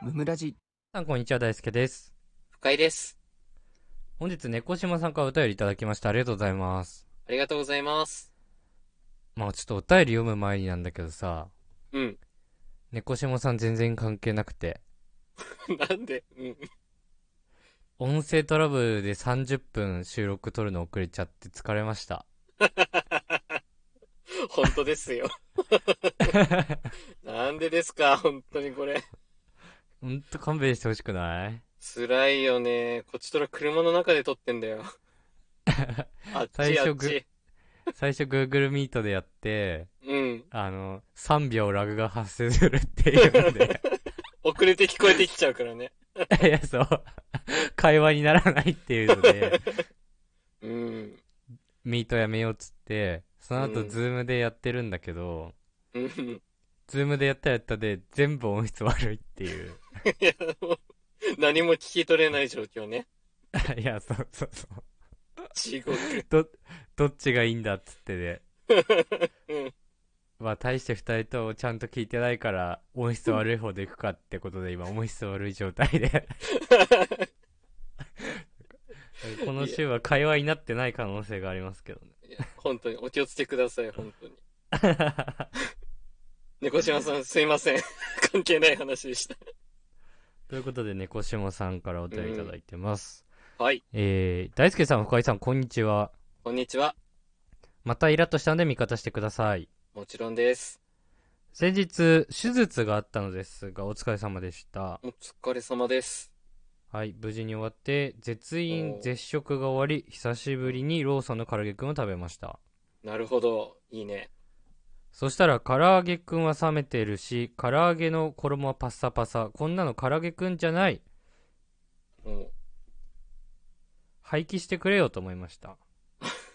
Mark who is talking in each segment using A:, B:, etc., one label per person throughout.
A: ムムラジ
B: さん、こんにちは、大輔です。
C: 深井です。
B: 本日、猫島さんからお便りいただきました。ありがとうございます。
C: ありがとうございます。
B: まあ、ちょっとお便り読む前になんだけどさ、
C: うん。
B: 猫島さん全然関係なくて、
C: なんでうん。
B: 音声トラブルで30分収録撮るの遅れちゃって疲れました。
C: 本当です よ。なんでですか本当にこれ。
B: ほんと勘弁してほしくない
C: 辛いよね。こっちとら車の中で撮ってんだよ。 あっ
B: 最
C: ち
B: 初
C: あっち。
B: 最初 Google Meet でやって、
C: うん。
B: あの、3秒ラグが発生するっていうので、
C: 遅れて聞こえてきちゃうからね。
B: いや、そう、会話にならないっていうので、
C: うん。
B: ミートやめようっつって、その後
C: うん
B: ズームでやってるんだけど、
C: うん。
B: ズームでやったらやったで全部音質悪いっていう。
C: いや、もう、何も聞き取れない状況ね。
B: いや、そうそうそ
C: 地獄。
B: う。ど、どっちがいいんだっつってで、
C: うん。
B: まあ大して二人ともちゃんと聞いてないから音質悪い方でいくかってことで今音質悪い状態で。 この週は会話になってない可能性がありますけどね。
C: いや本当に、お気をつけください、本 当に。猫島さん、すいません。関係ない話でした。
B: ということで猫島さんからお便りいただいてます。
C: はい、
B: えー、大輔さん、深井さん、こんにちは。
C: こんにちは。
B: またイラッとしたので味方してください。
C: もちろんです。
B: 先日、手術があったのですが、お疲れ様でした。
C: お疲れ様です。
B: はい、無事に終わって、絶飲
C: お、ー
B: 絶食が終わり、久しぶりにローソンの唐揚げくんを食べました。
C: なるほど。いいね。
B: そしたら、唐揚げくんは冷めてるし、唐揚げの衣はパッサパサ。こんなの唐揚げくんじゃない。
C: も
B: 廃棄してくれよと思いました。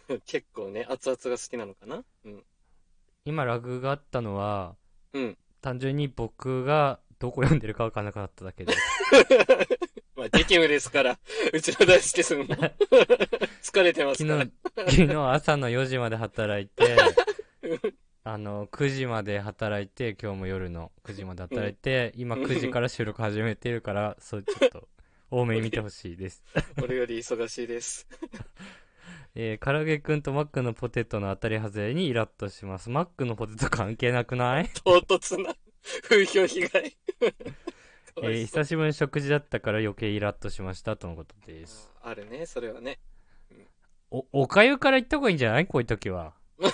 C: う 結構ね、熱々が好きなのかなうん。
B: 今、ラグがあったのは、
C: うん
B: 単純に僕がどこ読んでるかわからなかっただけで。
C: まあ、激務ですから、 うちの大輔さんも 疲れてますか
B: 昨
C: ら
B: 日。、昨日朝の4時まで働い て、あの、9時まで働いて、今日も夜の9時まで働いて、今9時から収録始めてるから、そう、ちょっと、多めに見てほしいです。
C: 俺より忙しいです。
B: えー、唐揚げくんとマックのポテトの当たり外れにイラッとします。マックのポテト関係なくない
C: 唐突な 風評被害。か
B: え
C: わ
B: ー
C: いそう
B: 久しぶりの食事だったから余計イラッとしました、とのことです。
C: あるね、それはね。
B: お、おかゆから言った方がいいんじゃないこういう時は。
C: ま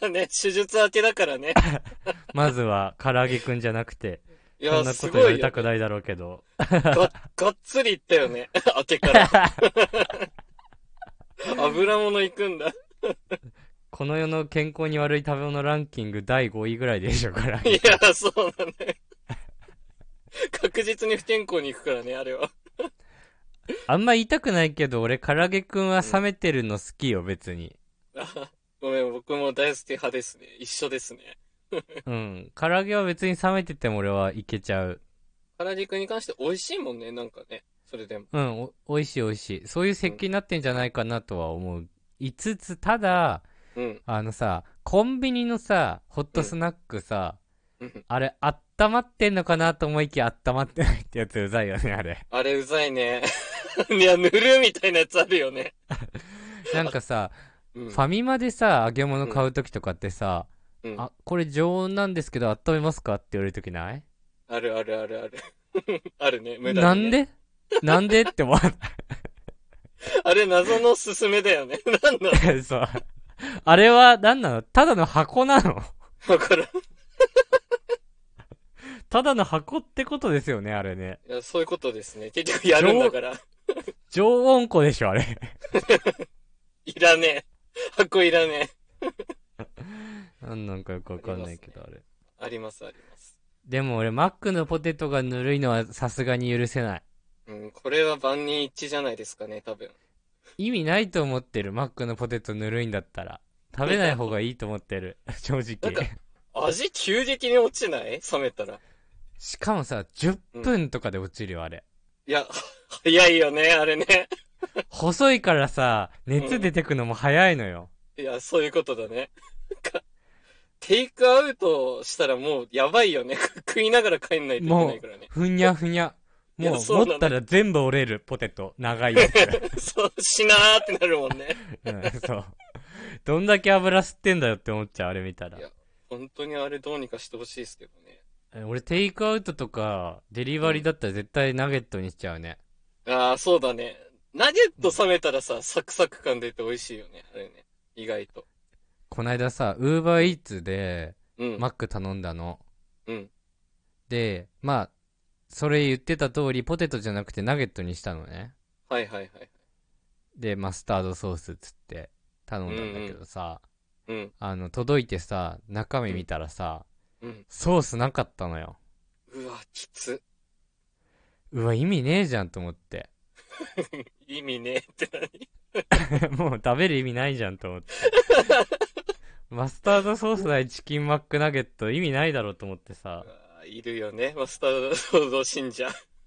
C: あね、手術明けだか らね。
B: まずは、唐揚げくんじゃなくて、
C: い
B: そ
C: や
B: んな、こ
C: す
B: と言
C: ご
B: わ
C: い
B: れた
C: よ。
B: くないだろうけど。
C: ががっつりいったよ ね。明けから。 油物行くんだ。
B: この世の健康に悪い食べ物ランキング第5位ぐらいでしょから。
C: いや、そうだね。確実に不健康に行くからね、あれは。
B: あんま言いたくないけど、俺、唐揚げくんは冷めてるの好きよ、別に。
C: あごめん、僕も大好き派ですね。一緒ですね。
B: うん。唐揚げは別に冷めてても俺はいけちゃう。
C: 原宿に関して美味しいもんね、なんかね。それでも。
B: うん、お、美味しい美味しい。そういう設計になってんじゃないかなとは思う。いつつ、ただ、
C: うん。
B: あのさ、コンビニのさ、ホットスナックさ、
C: うん
B: あれ、温まってんのかなと思いきや温まってないってやつうざいよね、あ れ。
C: あれうざいね。いや、塗るみたいなやつあるよね。
B: なんかさ、
C: うん
B: フ。ァミマでさ、揚げ物買うときとかってさ、
C: うんあ
B: あ、これ常温なんですけど、温めますかって言われるときない
C: るあるあるある。 あるね、無
B: な
C: 駄に、ね。
B: んでなんでって思わ
C: あれ謎のすすめだよね。 なんだ
B: ない。そう。 あれは、なんなのただの箱なの
C: だからん。い
B: ただの箱ってことですよね、あれね。
C: や、そういうことですね。結局やるんだから。
B: 常温庫でしょ、あれ。
C: いらねえ。箱いらねえ。
B: なんなんかよくわかんないけど、あれ。
C: ありますあります。
B: でも俺、マックのポテトがぬるいのはさすがに許せない。
C: うん、これは万人一致じゃないですかね、多分。
B: 意味ないと思ってる、マックのポテトぬるいんだったら。食べない方がいいと思ってる、 正直。
C: なん味急激に落ちない冷めたら。
B: しかもさ、10分とかで落ちるよ、あれ。
C: いや、早いよね、あれね。
B: 細いからさ、熱出てくのも早いのよ。
C: いや、そういうことだね。テイクアウトしたらもうやばいよね。食いながら帰んないといけないからね。
B: ふにゃふにゃ。
C: いや
B: もう
C: そうなの
B: 持ったら全部折れるポテト。長いやつ。
C: そう、しなーってなるもんね。
B: うん、そう。どんだけ油吸ってんだよって思っちゃう、あれ見たら
C: い。や本当にあれどうにかしてほしいですけどね。
B: え俺、テイクアウトとか、デリバリーだったら絶対ナゲットにしちゃうね。
C: ああ、そうだね。ナゲット冷めたらさ、サクサク感出て美味しいよね。あれね。意外と。
B: こないださ、ウーバーイーツで、
C: うん。
B: マック頼んだの。
C: うん。
B: で、まあ、それ言ってた通り、ポテトじゃなくてナゲットにしたのね。
C: はいはいはい。
B: で、マスタードソースつって頼んだんだけどさ、
C: うん。
B: あの、届いてさ、中身見たらさ、
C: うん。
B: ソースなかったのよ。
C: うわ、きつ。
B: うわ、意味ねえじゃんと思って。
C: 意味ねえって何
B: もう食べる意味ないじゃんと 思って。マスタードソースないチキンマックナゲット意味ないだろうと思ってさ。
C: あーいるよね。マスタード創造信者。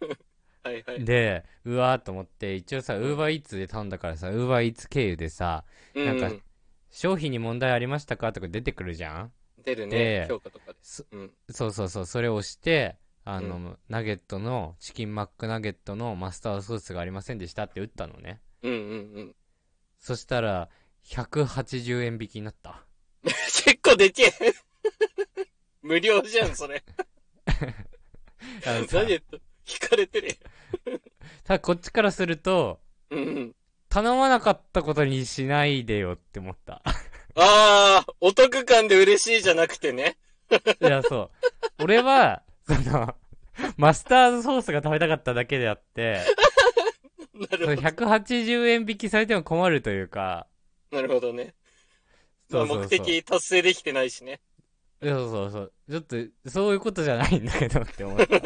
C: はいはい。
B: で、うわーと思って、一応さ、ウーバーイーツで頼んだからさ、ウーバーイーツ経由でさ、
C: うん
B: なんか商品に問題ありましたかとか出てくるじゃん
C: 出る
B: で
C: ね。評価とかで。
B: そ
C: うん。
B: そうそうそう、それを押して、あの、
C: う
B: ナゲットの、チキンマックナゲットのマスタードソースがありませんでしたって打ったのね。
C: うんうんうん。
B: そしたら、180円引きにな った。
C: 結構でけえ。 無料じゃん、それ。
B: あのさ
C: ダイエット、引かれてる
B: ただこっちからすると、
C: やん。うんうん。
B: 頼まなかったことにしないでよって思った。
C: あー、お得感で嬉しいじゃなくてね。
B: いや、そう。俺は、その、マスタードソースが食べたかっただけであって、
C: な
B: その
C: るほ
B: 180円引きされても困るというか、
C: ど。なるほどね。
B: そ
C: ま
B: う
C: あ
B: そうそう
C: 目的達成できてないしね。
B: いやそうそうそう。ちょっと、そういうことじゃないんだけどって思った。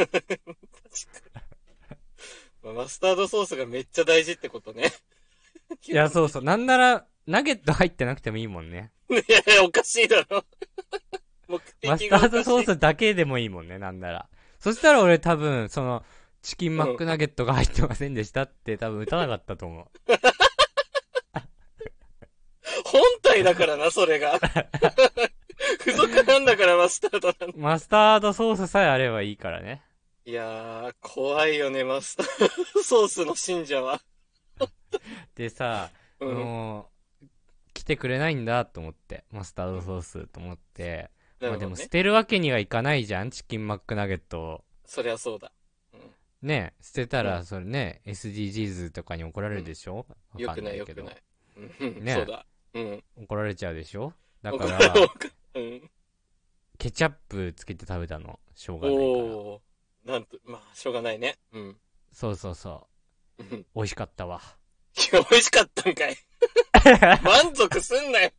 C: まあマスタードソースがめっちゃ大事ってことね。
B: いや、そうそう。なんなら、ナゲット入ってなくてもいいもんね。
C: いやいや、おかしいだろ。 目
B: マ
C: 的
B: ス
C: が
B: タ
C: おかし
B: ード
C: い。
B: ソースだけでもいいもんね、なんなら。そしたら俺多分、その、チキンマックナゲットが入ってませんでしたって多分打たなかったと思う。
C: 本体だからな、そ れが。付属なんだから、マスタードなんだ。
B: マスタードソースさえあればいいからね。
C: いやー、怖いよね、マスタ ードソースの信者は。
B: でさ、
C: うん。
B: もう、来てくれないんだと思って、マスタードソースと思って。
C: な
B: まあ
C: る
B: で
C: ほど
B: も捨
C: ね。
B: てるわけにはいかないじゃん、チキンマックナゲットを。
C: そりゃそうだ。
B: ね捨てた
C: う
B: らそれね、SDGs とかに怒られるでしょ、わ
C: よ
B: か
C: く
B: んな
C: ない、
B: い
C: よ
B: け
C: く
B: ど
C: ない。うん
B: ね
C: そうだ。うん。
B: 怒られちゃうでしょだ
C: わ
B: か
C: からる、わかるうん。
B: ケチャップつけて食べたのしょうがないから
C: おー。なんと、まあ、しょうがないね。うん。
B: そうそうそ
C: うん
B: う美味しかったわ
C: いや、美味しかったん かい。満足すんなよ。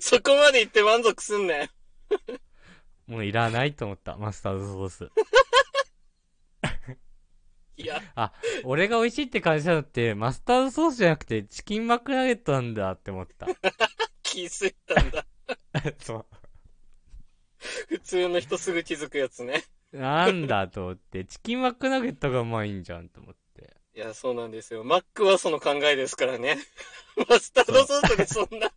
C: そこまで言って満足すんなよ。
B: もういらないと思ったマスタードソース
C: いや、
B: 俺が美味しいって感じたのってマスタードソースじゃなくてチキンマックナゲットなんだって思った
C: 気づいたんだ。
B: そ
C: 普通の人すぐ気づくやつね。
B: うなんだと思ってチキンマックナゲットがうまいんじゃんと思って
C: いや、そうなんですよ。マックはその考えですからね。 マスタードソースでそんな、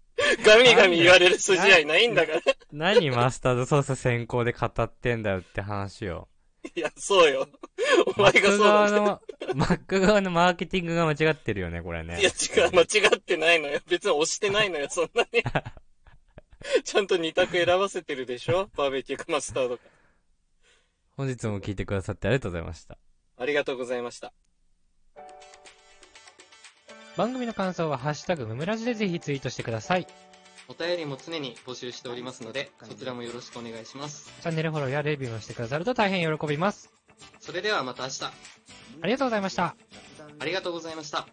C: ガミガミ言われる筋合いないんだから。
B: 何マスタードソース先行で語ってんだよって話よ
C: いや、そうよ。お
B: マ
C: 前
B: ッ
C: が
B: ク
C: そうだ
B: 側
C: ね
B: の、マック側のマーケティングが間違ってるよね、これね。
C: いや、違う、間違ってないのよ。別に押してないのよ、そんな に。ちゃんと二択選ばせてるでしょバーベキューかマスタードか。
B: 本日も聞いてくださってありがとうございました。
C: ありがとうございました。
B: 番組の感想はハッシュタグムムラジでぜひツイートしてください。チ
C: お便りも常に募集しておりますので、そちらもよろしくお願いします。
B: ャンネルフォローやレビューもしてくださると大変喜びます。
C: それではまた明日、
B: ありがとうございました。
C: ありがとうございました。